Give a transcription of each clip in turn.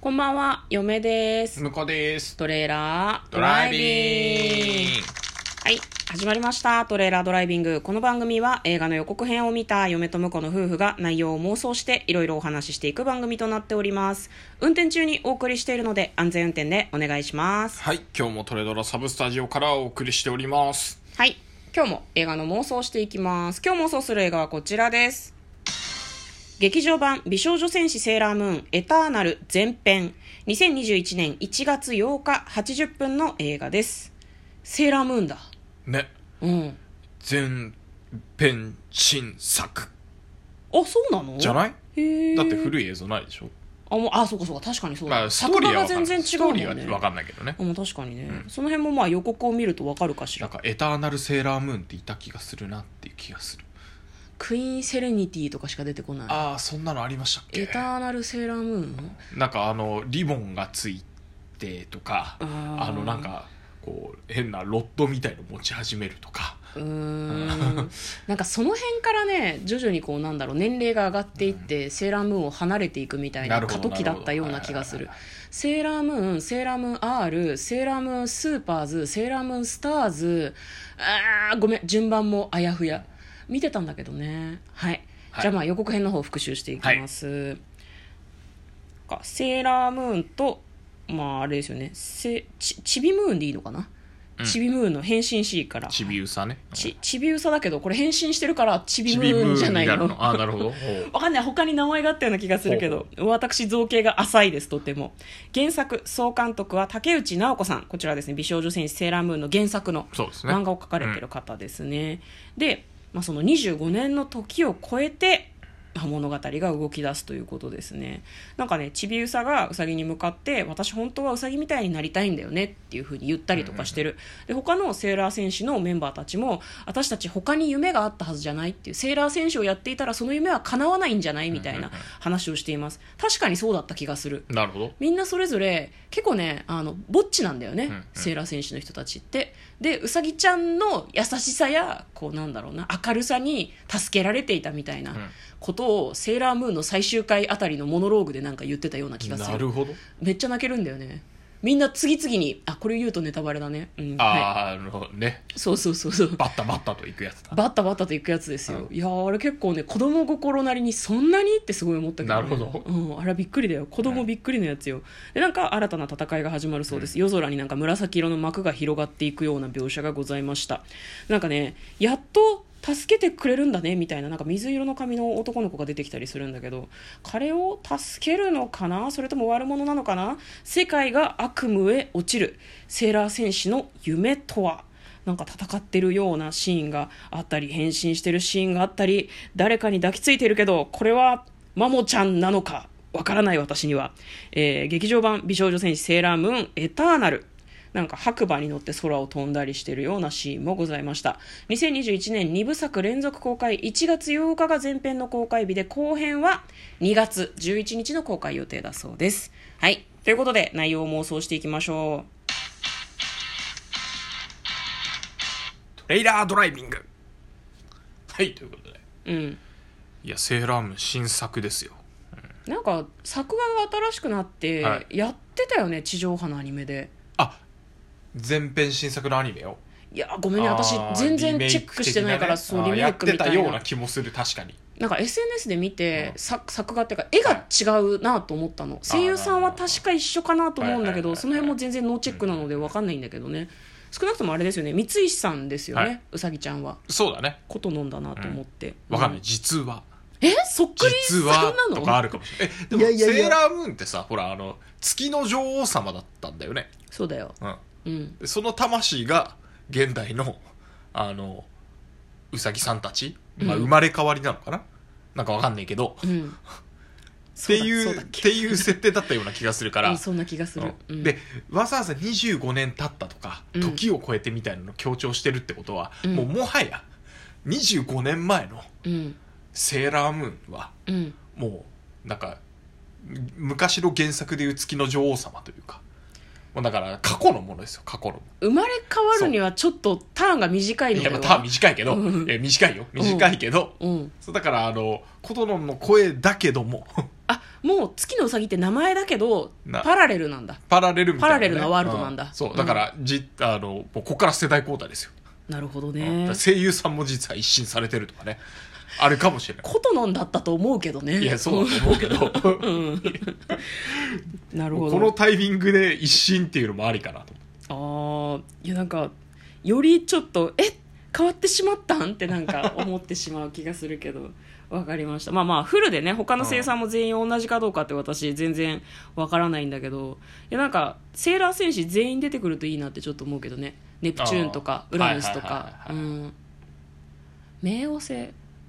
こんばんは、嫁です。向こうです。トレーラードドライビング。はい、始まりました。トレーラードライビング。この番組は映画の予告編を見た嫁と婿の夫婦が内容を妄想していろいろお話ししていく番組となっております。運転中にお送りしているので安全運転でお願いします。はい、今日もトレドラサブスタジオからお送りしております。はい、今日も映画の妄想をしていきます。今日妄想する映画はこちらです。劇場版美少女戦士セーラームーンエターナル前編2021年1月8日80分の映画です。セーラームーンだ。ね、うん。全編新作あ、そうなのじゃないへえ。だって古い映像ないでしょ。あ、もう、あ、そうかそうか、確かにそうだ。まあ、ストーリー作画は分かがん全な然い。ス違うトもーんリね。ーは分かんないけどねあ。もう確かにね、その辺もまあ予告を見るとわかるかしならん。かエターナルセーラームーンっていた気がするなっていう気がする。クイーンセレニティとかしか出てこない。ああ、そんなのありましたっけエターナルセーラームーンなんかあの、リボンがついてとか、あーあのなんか、こう、変なロッドみたいの持ち始めるとか。うーんなんかその辺からね徐々にこうなんだろう年齢が上がっていって、セーラームーンを離れていくみたいななるほ過ど渡期だったような気がするはいはいはいセーラームーンセーラームーン R セーラームーンスーパーズセーラームーンスターズあーごめん順番もあやふや見てたんだけどねはい、はいじゃあまあ予告編の方を復習していきます、かセーラームーンとまああれですよねせちちびムーンでいいのかな、ちびムーンの変身シーンからちびうさね。ちちびうさだけどこれ変身してるからちびちムびムーンじーゃンなにいなるのの。ああ、なるほど。ほうわかんない他に名前があったような気がするけど私造形が浅いですとても原作総監督は竹内直子さんこちらですね美少女戦士セーラームーンの原作の そうですね。漫画を描かれてる方ですねで、まあ、その25年の時を超えてまあ物語が動き出すということですねなんかねちびうさがうさぎに向かって私本当はうさぎみたいになりたいんだよねっていうふうに言ったりとかしてるで他のセーラー戦士のメンバーたちも私たち他に夢があったはずじゃないっていうセーラー戦士をやっていたらその夢は叶わないんじゃないみたいな話をしています確かにそうだった気がするなるほど。みんなそれぞれ結構ねあのぼっちなんだよね、んうんセーラー選手の人たちってでうさぎちゃんの優しさやこうなんだろうな明るさに助けられていたみたいなことをセーラームーンの最終回あたりのモノローグでなんか言ってたような気がすなるるほど。めっちゃ泣けるんだよねみんな次々にあこれ言うとネタバレだね、うん、はあーあのね、い、そうそうそうそうバッタバッタと行くやつだ。バッタバッタと行くやつですよ、いやーあれ結構ね子供心なりにそんなにってすごい思ったけど、ね、なるほどうん、あれはびっくりだよ子供びっくりのやつよ、でなんか新たな戦いが始まるそうです、夜空になんか紫色の幕が広がっていくような描写がございましたなんかねやっと助けてくれるんだねみたいななんか水色の髪の男の子が出てきたりするんだけど彼を助けるのかなそれとも悪者なのかな世界が悪夢へ落ちるセーラー戦士の夢とはなんか戦ってるようなシーンがあったり変身してるシーンがあったり誰かに抱きついてるけどこれはマモちゃんなのかわからない私には、えー劇場版「美少女戦士セーラームーンエターナル」なんか白馬に乗って空を飛んだりしてるようなシーンもございました2021年2部作連続公開1月8日が前編の公開日で後編は2月11日の公開予定だそうですはいということで内容を妄想していきましょうトレイラードライビング。はい、ということで。うんいや、セーラームーン新作ですよ。なんか作画が新しくなって、はいやってたよね地上波のアニメであ、全編新作のアニメよ。いやごめんね私あー全然チェックしてないから、そうリリメメイイクク的みなねあーやったいてたよなうな気もする、確かに。なんか SNS で見て、うん作作画っていうか絵が違うなと思ったの、声優さんは確か一緒かなと思うんだけど、はいはいはいはいその辺も全然ノーチェックなので分かんないんだけどね、少なくともあれですよね三石さんですよね、はいうさぎちゃんはそうだね。こと飲んだなと思って、わかんなうい。実は。えそっくりさ実んはなとのかあるかもしれない。え、でもいやいやいやセーラームーンってさ、ほら、あの、月の女王様だったんだよね。そうだようん。うんでその魂が現代のあのうさぎさんたち、まあ、うん生まれ変わりなのかな、なんかわかんないけど、うっんていそううだっっけていう設定だったような気がするかうらん、そんな気がする、ううんんでわざわざ25年経ったとかうん時を超えてみたいなのを強調してるってことは、うんもうもはや25年前のうんセーラームーンはうんもうなんか昔の原作でいう月の女王様というかもうだから過去のものですよ過去の生まれ変わるにはちょっとターンが短いのいでや、はまあ、多分短いけど、うんえ短いよ。短いけど、うんそうだから、あの、コトノンの声だけども、 あもう月のうさぎって名前だけどなパラレルなんだパラレルみたいな、パラレルなワールドなんだうそううんだから、じあのもうここから世代交代ですよ、なるほどうんだねから声優さんも実は一新されてるとかねあるかもしれないことのんだったと思うけどね いやそうだと思うけど うんなるほこのどタイミングで一新っていうのもありかなとああいやなんかよりちょっとえ変わってしまったんってなんか思ってしまう気がするけど わかりましたまあまあフルでね他の声優さんも全員同じかどうかって私全然わからないんだけどいやなんかセーラー戦士全員出てくるといいなってちょっと思うけどねネプチューンとかあーウラヌスとかはいはいはいはういん冥王星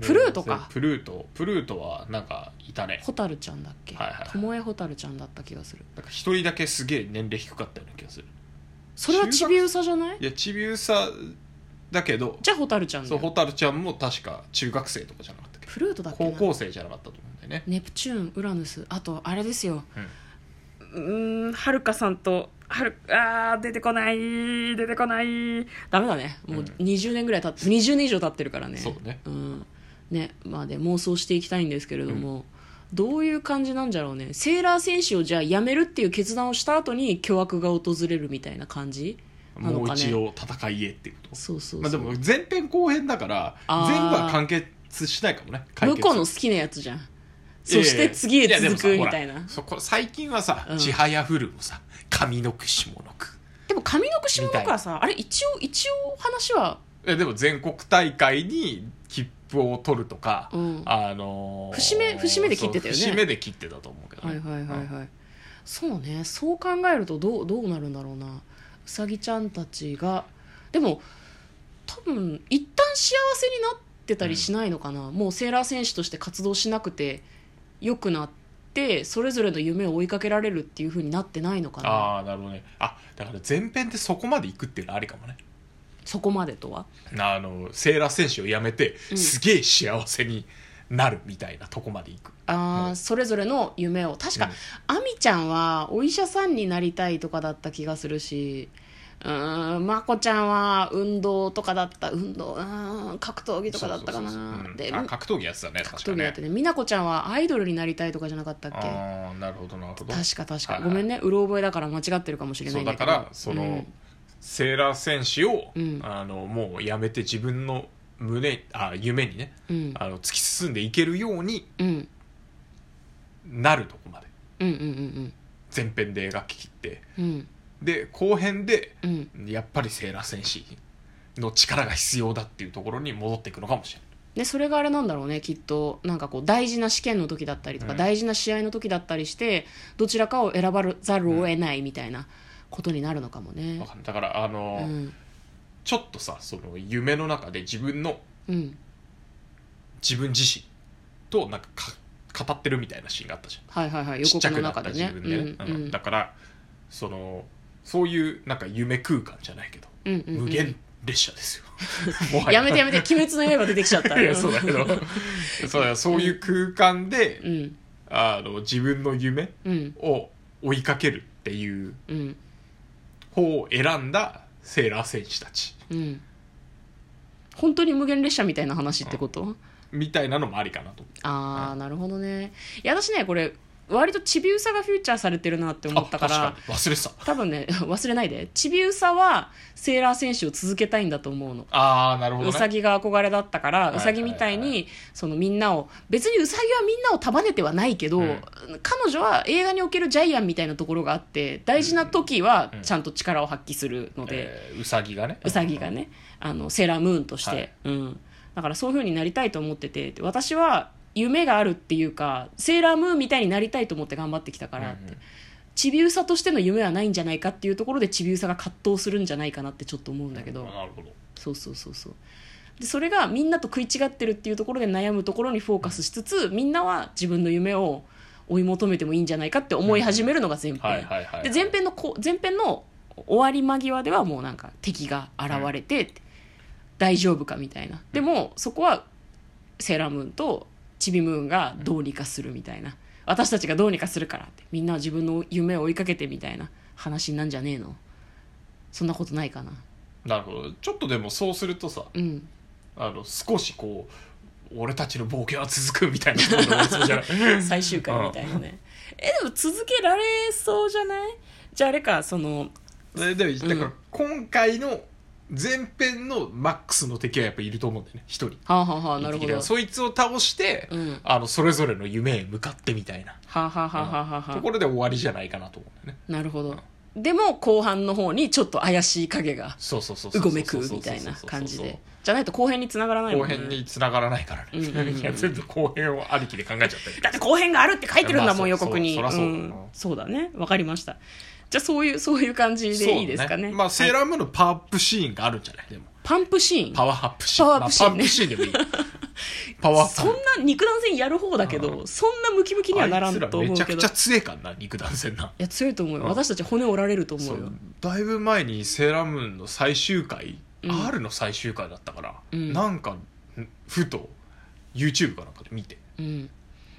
プルートかプルートプルートはなんかいたねホタルちゃんだっけはいはいはいともえホタルちゃんだった気がするなんか一人だけすげえ年齢低かったような気がするそれはチビウサじゃないいやちびうさだけどじゃあホタルちゃんだそうよ蛍ちゃんも確か中学生とかじゃなかったっけフルートだっけ高な校生じゃなかったと思うんだよねネプチューンウラヌスあとあれですようーんはるかさんとはるあー出てこない出てこないダメだねもううん20年ぐらい経って、20年以上経ってるからねそうねんねまあで妄想していきたいんですけれども、どういう感じなんじゃろうねセーラー戦士をじゃあやめるっていう決断をした後に巨悪が訪れるみたいな感じなのもうかね一応戦いへっていうことそうそうそう、まあでも前編後編だからあー全部は完結しないかもね解向決こうの好きなやつじゃんそして次へやや続くやでみもさたいなほらそこ最近はさうん「ちはやふる」もさ「上の句下の句でも上の句下の句はさあれ一応一応話は」えでも全国大会に切符を取るとか、うんあのー節目節目で切ってたよねそう節目で切ってたと思うけどはいね、はいはいはい、うんそうねそう考えるとどうどうなるんだろうなうさぎちゃんたちがでも多分一旦幸せになってたりしないのかな、もうセーラー戦士として活動しなくて良くなってそれぞれの夢を追いかけられるっていう風になってないのかなああなるほどねあだから前編ってそこまで行くっていうのありかもねそこまでとはあのセーラー選手を辞めて、うんすげえ幸せになるみたいなとこまで行くあうーんそれぞれの夢を確か、アミちゃんはお医者さんになりたいとかだった気がするしうーんまこちゃんは運動とかだった運動うーん格闘技とかだったかそうそうそうそなうでうんあ格闘技やってたね格確か闘技だってね美奈子ちゃんはアイドルになりたいとかじゃなかったっけああなるほどなるほど確か確か、はいはいごめんねうろ覚えだから間違ってるかもしれないそうんだだけかどらその、うんセーラー選手を、うんあのもうやめて自分の胸あ夢にねうんあの突き進んでいけるようにうんなるとこまでうんうんうん前編で描き切ってうんうんで後編でうんやっぱりセーラー戦士の力が必要だっていうところに戻っていくのかもしれないでそれがあれなんだろうねきっとなんかこう大事な試験の時だったりとか、うん大事な試合の時だったりしてどちらかを選ばざるを得ないみたいなことになるのかもねわ。かんないだからあうの、んちょっとさその夢の中で自分のうん、自分自身となんかか語ってるみたいなシーンがあったじゃんはいはいはい予ちっちゃ告のくな中ったで自ね。分でね、うんうんだからそのそういうなんか夢空間じゃないけど、うんうんうん無限列車です よもはやめてやめて「鬼滅の刃」出てきちゃった。いや そうだけどそうだそういう空間で、うんあの自分の夢うんを追いかけるっていううん方を選んだセーラー戦士たちうん本当に無限列車みたいな話ってこと、みたいなのもありかなとあーうなるほどね。いや私ねこれ割とちびうさがフューチャーされてるなって思ったから。あ確かに忘れてた多分ね 忘れないでちびうさはセーラー戦士を続けたいんだと思うのああなるほどうねさぎが憧れだったから、いはいうさぎみたいはにそのみんなを別にうさぎはみんなを束ねてはないけど、うん彼女は映画におけるジャイアンみたいなところがあって大事な時はうんちゃんと力を発揮するので、えーうさぎがねうさぎがねあのセーラームーンとして、はいうん、だからそういう風になりたいと思っててで私は夢があるっていうかセーラームーンみたいになりたいと思って頑張ってきたかうんうら、んちびうさとしての夢はないんじゃないかっていうところでちびうさが葛藤するんじゃないかなってちょっと思うんだけど、あなるほどそうそうそうそうでそれがみんなと食い違ってるっていうところで悩むところにフォーカスしつつみんなは自分の夢を追い求めてもいいんじゃないかって思い始めるのが前編、はいはいはいはいで前編のこ前編の終わり間際ではもうなんか敵が現れて、大丈夫かみたいなでもそこはセーラームーンとチビムーンがどうにかするみたいな私たちがどうにかするからってみんなは自分の夢を追いかけてみたいな話になんじゃねえのそんなことないかななるほどちょっとでもそうするとさうんあの少しこう俺たちの冒険は続くみたいなことになりそうじゃない最終回みたいなねえでも続けられそうじゃないじゃああれかそのででだかうらん今回の前編のマックスの敵はやっぱいると思うんだよね一人はあはあはあなるほどそいつを倒して、うんあのそれぞれの夢へ向かってみたいなはあはあはあはあはあはところで終わりじゃないかなと思うんだよねあなるほどでも後半の方にちょっと怪しい影がそうそうそうそううごめくみたいな感じでじゃないと後編につながらないも後んね編に繋がらないからね、うんうんうんいや全部後編をありきで考えちゃったりだって後編があるって書いてるんだもん、まあ予そう告にそうそらそうだんなそうだねわかりましたじゃあそういうそういう感じでいいですかねそうだまあ、セーラームーンのパワーアップシーンがあるんじゃないでもパンプシーンパワーアップシーンパワーアップシーンねまあパワーアップシーンでもいいパワーアッ プそんな肉弾戦やる方だけど、そんなムキムキにはならんとあいつ思めうちゃけくどちゃ強えからな肉弾戦ないや強いと思うよ、うん私たち骨折られると思うよだいぶ前にセーラームーンの最終回、うん R の最終回だったから、うんなんかんふと YouTube かなんかで見てうん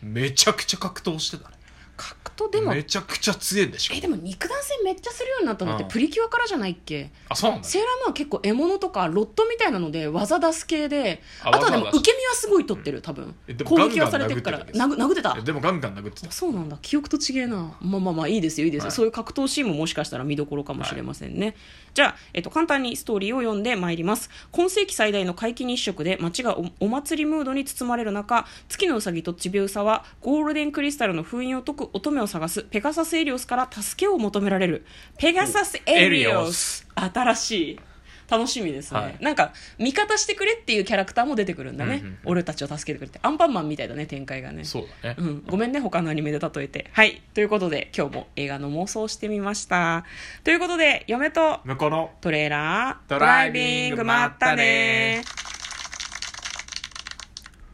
めちゃくちゃ格闘してたね格闘でもめちゃくちゃ強えんでしょえでも肉弾戦めっちゃするようになったのってうんプリキュアからじゃないっけ、あそうなんだセーラームーンは結構獲物とかロットみたいなので技出す系でああとはでも技出受すけ身はすごい取ってる多分えでも攻撃はされてるからガンガン殴殴ってたえでもガンガン殴ってたそうなんだ記憶と違えなまあまあまあいいですよいいですよ、はいそういう格闘シーンももしかしたら見どころかもしれませんね、じゃあ、えっと、簡単にストーリーを読んでまいります今世紀最大の皆既日食で街がおお祭りムードに包まれる中月のうさぎとちびうさはゴールデンクリスタルの封印を解く乙女を探すペガサスエリオスから助けを求められるペガサスエリエリオオスス新しい楽しみですね、はいなんか味方してくれっていうキャラクターも出てくるんだね、うんうんうん俺たちを助けてくれってアンパンマンみたいだね展開がねそうだね、うん、ごめんね他のアニメで例えてはいということで今日も映画の妄想をしてみましたということで嫁と向こうのトレーラードライビングまったねまったね